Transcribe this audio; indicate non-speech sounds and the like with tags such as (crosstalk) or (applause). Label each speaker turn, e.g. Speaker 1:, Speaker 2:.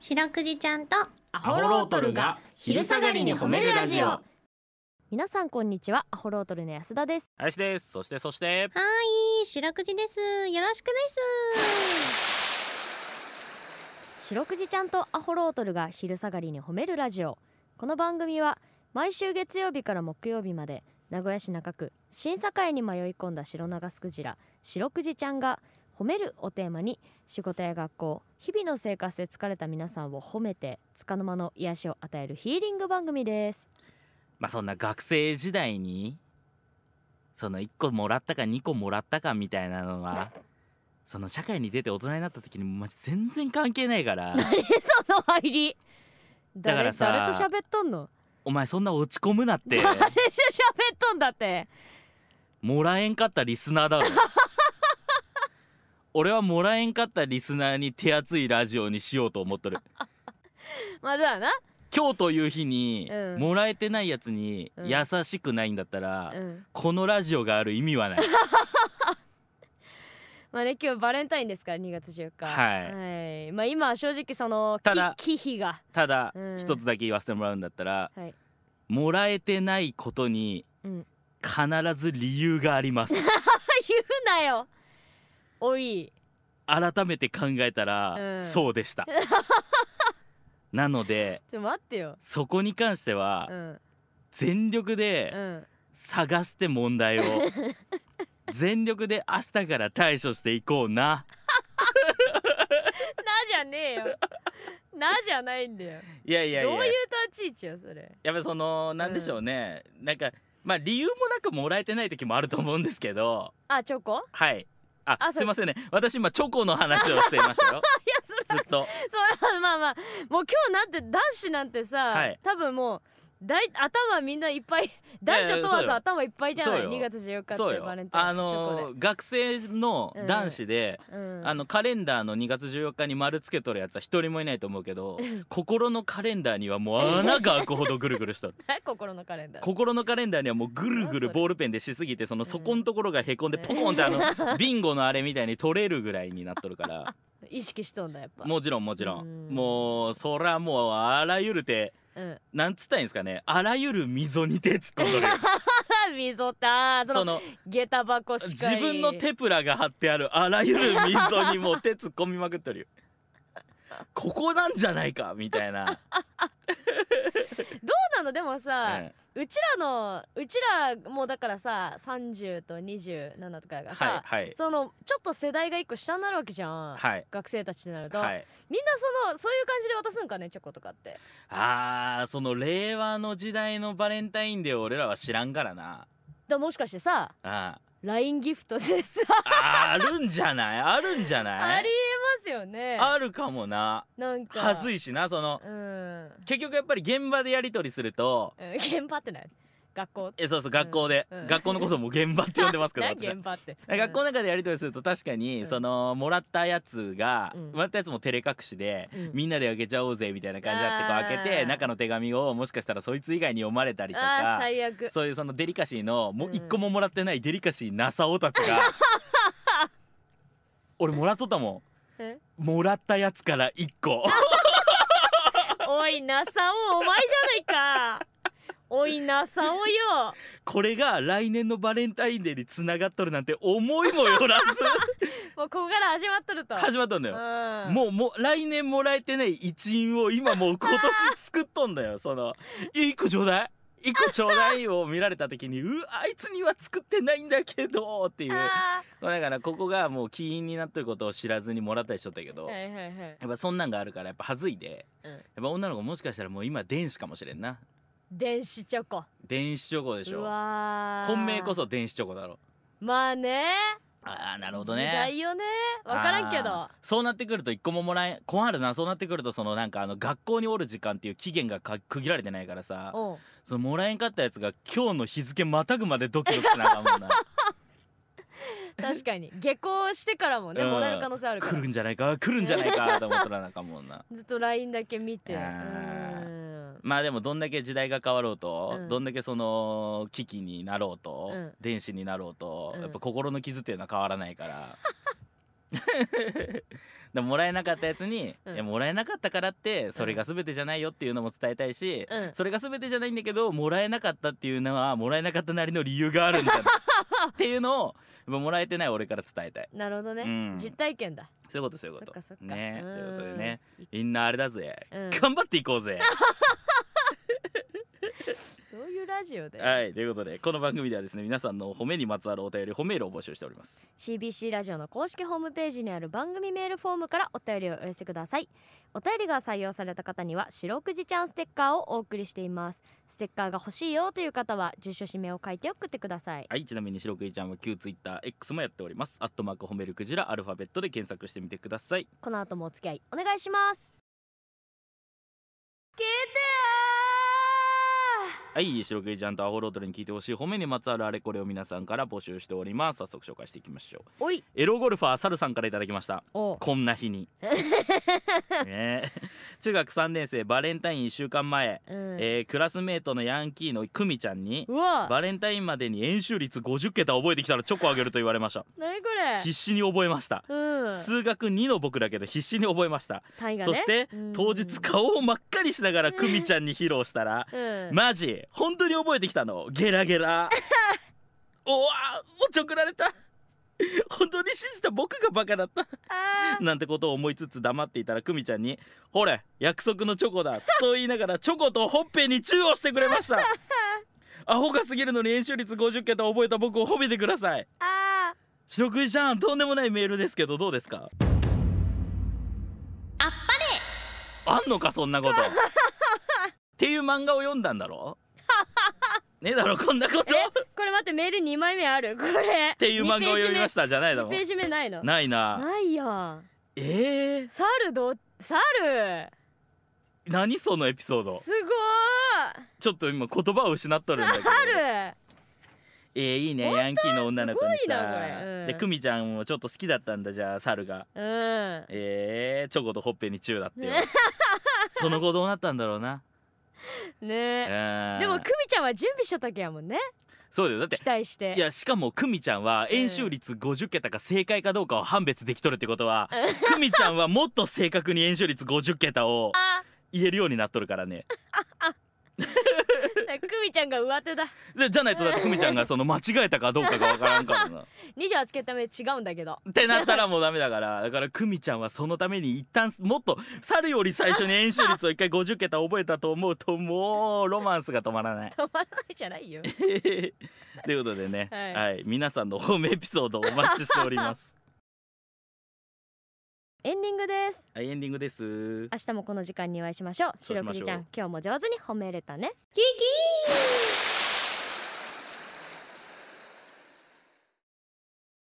Speaker 1: 白くじちゃんとア
Speaker 2: ホロートルが昼下がりに褒めるラジオ
Speaker 3: 皆さんこんにちはアホロートルの安田です
Speaker 4: 林ですそしてそして
Speaker 1: はい白くじですよろしくです
Speaker 3: 白くじちゃんとアホロートルが昼下がりに褒めるラジオこの番組は毎週月曜日から木曜日まで名古屋市中区審査会に迷い込んだ白長スクジラ白くじちゃんが褒めるをテーマに仕事や学校日々の生活で疲れた皆さんを褒めて束の間の癒しを与えるヒーリング番組です (laughs)
Speaker 4: まあそんな学生時代にその1個もらったか2個もらったかみたいなのはその社会に出て大人になった時にマジ全然関係ないから
Speaker 2: (laughs)
Speaker 3: えその入り
Speaker 4: だからさ
Speaker 3: 誰誰と喋っとんの
Speaker 4: お前そんな落ち込むなって
Speaker 3: 誰と喋っとんだって
Speaker 4: もらえんかったリスナーだろ
Speaker 2: (laughs)
Speaker 4: 俺はもらえんかったリスナーに手厚いラジオにしようと思っとる
Speaker 3: まずはな
Speaker 4: 今日という日に、
Speaker 3: うん
Speaker 4: もらえてないやつに
Speaker 3: うん
Speaker 4: 優しくないんだったら、
Speaker 3: うん
Speaker 4: このラジオがある意味
Speaker 3: (laughs)
Speaker 4: はない
Speaker 3: まあね今日バレンタインですから2月14日
Speaker 4: はい
Speaker 3: はいまあ今は正直その
Speaker 4: ただ
Speaker 3: き忌避が
Speaker 4: ただ
Speaker 3: うん
Speaker 4: 一つだけ言わせてもらうんだったら
Speaker 3: はい (laughs)
Speaker 4: もらえてないことに
Speaker 3: うん
Speaker 4: 必ず理由があります
Speaker 3: (laughs) 言うなよおい
Speaker 4: 改めて考えたら、
Speaker 3: うん
Speaker 4: そうでした
Speaker 3: (laughs)
Speaker 4: なので
Speaker 3: ちょっと待ってよ
Speaker 4: そこに関しては、
Speaker 3: うん
Speaker 4: 全力で、
Speaker 3: うん
Speaker 4: 探して問
Speaker 3: (laughs)
Speaker 4: 題を全力で明日から対処していこうな
Speaker 3: なじゃねえ
Speaker 4: (laughs)
Speaker 3: よなじゃないんだよ
Speaker 4: いやいやいや
Speaker 3: どういう立ち位置よそれ
Speaker 4: やっぱそのなんでしょうね、なんかまあ理由もなくもらえてない時もあると思うんですけど
Speaker 3: あチョコ (laughs)
Speaker 4: はいあ
Speaker 3: あそう
Speaker 4: すいませんね私今チョコの話をしていました
Speaker 3: (laughs)
Speaker 4: よ
Speaker 3: いやそれ
Speaker 4: ずっと
Speaker 3: (laughs) それはまあまあもう今日なんて男子なんてさ、
Speaker 4: はい
Speaker 3: 多分もうだい頭みんないっぱい男女問わ
Speaker 4: いやいやそう
Speaker 3: ず
Speaker 4: よ
Speaker 3: 頭いっぱいじゃない
Speaker 4: そうよ
Speaker 3: 2月14日っ
Speaker 4: そう
Speaker 3: て
Speaker 4: よ
Speaker 3: バレンタイン
Speaker 4: あ
Speaker 3: チョ
Speaker 4: の
Speaker 3: コ
Speaker 4: ー学生の男子で、
Speaker 3: で、うん、
Speaker 4: あのカレンダーの2月14日に丸つけとるやつは一人もいないと思うけど心のカレンダーにはもう穴が開くほどぐるぐるしと
Speaker 3: (laughs)
Speaker 4: る
Speaker 3: 何心のカレンダー
Speaker 4: 心のカレンダーにはもうぐるぐるボールペンでしすぎてその底のところがへこんでポコンって
Speaker 3: (laughs)
Speaker 4: あのビンゴのあれみたいに取れるぐらいになっとるから
Speaker 3: 意識しとんだやっぱ
Speaker 4: もちろんもちろ
Speaker 3: うん
Speaker 4: んもうそらもうあらゆる手
Speaker 3: うん、
Speaker 4: なんつったらいいんですかねあらゆる溝に手突っ込んどる
Speaker 3: 溝田そ
Speaker 4: そ
Speaker 3: の
Speaker 4: の
Speaker 3: 下駄箱しか
Speaker 4: 自
Speaker 3: り
Speaker 4: 分のテプラが貼ってあるあらゆる溝にもう手突っ込みまくっと
Speaker 3: (laughs)
Speaker 4: るよここなんじゃないかみたいな、
Speaker 3: そうなのでもさ、うちらのうちらもうだからさ30と27とか
Speaker 4: うん
Speaker 3: がさ、
Speaker 4: はいはい
Speaker 3: そのちょっと世代が一個下になるわけじゃん、
Speaker 4: はい
Speaker 3: 学生たちになると、
Speaker 4: はい
Speaker 3: みんなそのそういう感じで渡すんかねチョコとかって
Speaker 4: あーその令和の時代のバレンタインデーを俺らは知らんからな
Speaker 3: だもしかしてさ
Speaker 4: あ
Speaker 3: LINE ギフトでさ
Speaker 4: ああるんじゃないあるんじゃない
Speaker 3: ありえますよね
Speaker 4: あるかもな
Speaker 3: なんか
Speaker 4: はず
Speaker 3: い
Speaker 4: いしなその
Speaker 3: うん、うん、
Speaker 4: 結局やっぱり現場でやり取りすると
Speaker 3: 現場ってない学校
Speaker 4: えそうそう学校で、
Speaker 3: うん
Speaker 4: 学校のことも現場って呼んでま
Speaker 3: (laughs)
Speaker 4: すけど
Speaker 3: 何
Speaker 4: 私は
Speaker 3: 現場って
Speaker 4: 学校の中でやり取りすると確か
Speaker 3: う
Speaker 4: に、
Speaker 3: ん
Speaker 4: そのもらったやつが、
Speaker 3: うん
Speaker 4: もらったやつも照れ隠しで、
Speaker 3: うん
Speaker 4: みんなで開けちゃおうぜみたいな感じであってこう開け
Speaker 3: あ
Speaker 4: て
Speaker 3: ー
Speaker 4: 中の手紙をもしかしたらそいつ以外に読まれたりと
Speaker 3: あー
Speaker 4: か
Speaker 3: 最悪
Speaker 4: そういうそのデリカシーのも
Speaker 3: う
Speaker 4: うん一個ももらってないデリカシーなさおたち
Speaker 3: (laughs)
Speaker 4: が俺もらっとったも (laughs)
Speaker 3: え
Speaker 4: んもらったやつから一個 (laughs)
Speaker 3: おいなさおお前じゃ
Speaker 4: (laughs)
Speaker 3: ないかおいなさおよ
Speaker 4: これが来年のバレンタインデーにつながっとるなんて思いもよら
Speaker 3: (laughs)
Speaker 4: ず
Speaker 3: もうここから始まっとると
Speaker 4: 始まっとんだよ
Speaker 3: うん
Speaker 4: もうもう来年もらえてない一員を今もう今年作っとん
Speaker 3: (laughs)
Speaker 4: だよその「一個ちょうだい一個ちょうだい」を見られた時に「 (laughs) うあいつには作ってないんだけど」っていう
Speaker 3: あ
Speaker 4: だからここがもう起因になってることを知らずにもらったりしとったけど、
Speaker 3: ーはいはいはい
Speaker 4: やっぱそんなんがあるからやっぱはずいで、
Speaker 3: うん
Speaker 4: やっぱ女の子もしかしたらもう今電子かもしれんな
Speaker 3: 電子チョコ
Speaker 4: 電子チョコでし
Speaker 3: う
Speaker 4: ょ
Speaker 3: わー
Speaker 4: 本命こそ電子チョコだろ
Speaker 3: まあね
Speaker 4: あーなるほど
Speaker 3: 時
Speaker 4: ね
Speaker 3: 代よねわからんけど
Speaker 4: あーそうなってくると一個ももらえ困るなそうなってくるとそのなんかあの学校におる時間っていう期限がか区切られてないからさ
Speaker 3: おう
Speaker 4: そのもらえんかったやつが今日の日付またぐまでドキドキしながら
Speaker 3: (laughs)
Speaker 4: もんな (laughs)
Speaker 3: 確かに下校してからもね
Speaker 4: うん
Speaker 3: もらえる可能性あるか
Speaker 4: 来
Speaker 3: ら
Speaker 4: るんじゃないか来るんじゃないかと思っとらなあかんもんな
Speaker 3: ずっと LINE だけ見て
Speaker 4: あー
Speaker 3: うん
Speaker 4: まあでもどんだけ時代が変わろうと、
Speaker 3: うん
Speaker 4: どんだけその危機になろうと、
Speaker 3: うん
Speaker 4: 電子になろうと、
Speaker 3: うん
Speaker 4: やっぱ心の傷っていうのは変わらないから (laughs) でももらえなかったやつに、
Speaker 3: うん
Speaker 4: いやもらえなかったからってそれが全てじゃないよっていうのも伝えたいし、
Speaker 3: うん
Speaker 4: それが全てじゃないんだけどもらえなかったっていうのはもらえなかったなりの理由が
Speaker 3: (laughs)
Speaker 4: あるんだっていうのをやっぱもらえてない俺から伝えたい
Speaker 3: なるほどね、
Speaker 4: うん
Speaker 3: 実体験だ
Speaker 4: そういうことそういうこ
Speaker 3: そっ
Speaker 4: と
Speaker 3: かそっか
Speaker 4: ね
Speaker 3: うん
Speaker 4: ということでねみんなあれだぜ、
Speaker 3: うん
Speaker 4: 頑張っていこうぜ
Speaker 3: どういうラジオで、
Speaker 4: はいということでこの番組ではですね皆さんの褒めにまつわるお便り褒めールを募集しております
Speaker 3: CBC ラジオの公式ホームページにある番組メールフォームからお便りをお寄せくださいお便りが採用された方には白くじちゃんステッカーをお送りしていますステッカーが欲しいよという方は住所氏名を書いて送ってください
Speaker 4: はいちなみに白くいちゃんは旧 TwitterX もやっておりますアットマーク褒めるクジラアルファベットで検索してみてください
Speaker 3: この後もお付き合いお願いします聞い
Speaker 4: はい白くいちゃんとアホロートルに聞いてほしい褒めにまつわるあれこれを皆さんから募集しております早速紹介していきましょう
Speaker 3: てよーおい
Speaker 4: エロゴルファーサルさんからいただきました
Speaker 3: おう
Speaker 4: こんな日
Speaker 3: (laughs)
Speaker 4: にねえ中学3年生バレンタイン1週間前、
Speaker 3: うん、
Speaker 4: えークラスメートのヤンキーのクミちゃんに
Speaker 3: うわ
Speaker 4: バレンタインまでに円周率50桁覚えてきたらチョコあげると言われました
Speaker 3: 何これ
Speaker 4: 必死に覚えました
Speaker 3: うん
Speaker 4: 数学2の僕だけど必死に覚えました
Speaker 3: タイがね
Speaker 4: そして
Speaker 3: うん
Speaker 4: 当日顔を真っ赤にしながらクミちゃんに披露したら
Speaker 3: うん
Speaker 4: マジ本当に覚えてきたのゲラ
Speaker 3: (laughs)
Speaker 4: ゲラおわおちょくられた本当に信じた僕がバカだった
Speaker 3: あ
Speaker 4: なんてことを思いつつ黙っていたらクミちゃんに「ほれ約束のチョコだ」と言いながらチョコとほっぺにチューをしてくれました
Speaker 3: (laughs)
Speaker 4: アホが過ぎるのに演習率50桁覚えた僕を褒めてください
Speaker 3: ーあ
Speaker 4: 白クイちゃんとんでもないメールですけどどうですか
Speaker 1: あっ
Speaker 4: あんのかそん
Speaker 3: (laughs)
Speaker 4: なことっていう漫画を読んだんだろねえだろこんなことっ
Speaker 3: ーこれ待ってメール2枚目あるこれって
Speaker 4: いう漫画を読みましたじゃないだろ
Speaker 3: ページ目ないの
Speaker 4: ないな
Speaker 3: ないやん
Speaker 4: えー、
Speaker 3: 猿ど猿
Speaker 4: 何そのエピソード
Speaker 3: すご
Speaker 4: ちょっと今言葉を失っとるんだ
Speaker 3: (laughs)
Speaker 4: けど
Speaker 3: ー猿
Speaker 4: えー、いいねヤンキーの女の子に
Speaker 3: すごいな
Speaker 4: さ
Speaker 3: これうん
Speaker 4: でクミちゃんもちょっと好きだったんだじゃあ猿が
Speaker 3: うん
Speaker 4: えー、チョコとほっぺにチューだっ
Speaker 3: (laughs)
Speaker 4: てよ
Speaker 3: ね
Speaker 4: その後どうなったんだろうな
Speaker 3: ね
Speaker 4: で
Speaker 3: でもクミちゃんは準備しとったけやもんね
Speaker 4: そうだよだって
Speaker 3: 期待して
Speaker 4: いやしかもクミちゃんは円周率50桁が正解かどうかを判別できとるってことは、クミちゃんはもっと正確に円周率50桁を
Speaker 3: あ
Speaker 4: 言えるようになっとるからね
Speaker 3: だクミちゃんが上手だ
Speaker 4: でじゃないとだってクミちゃんがその間違えたかどうかがわからんからな
Speaker 3: 28桁目違うんだけど
Speaker 4: ってなったらもうダメだからだからクミちゃんはそのために一旦もっと猿より最初に円周率を一回50桁覚えたと思うともうロマンスが止ま
Speaker 3: (laughs)
Speaker 4: らない。
Speaker 3: 止まらないじゃない
Speaker 4: (laughs)
Speaker 3: よ
Speaker 4: ということでね、
Speaker 3: はい
Speaker 4: はい、皆さんのホームエピソードお待ちしております。
Speaker 3: エンディングです
Speaker 4: はいエンディングです。
Speaker 3: 明日もこの時間にお会いしましょう
Speaker 4: そうし
Speaker 3: 白
Speaker 4: ま
Speaker 3: く
Speaker 4: しょう
Speaker 3: じちゃん今日も上手に褒めれたね
Speaker 1: キキー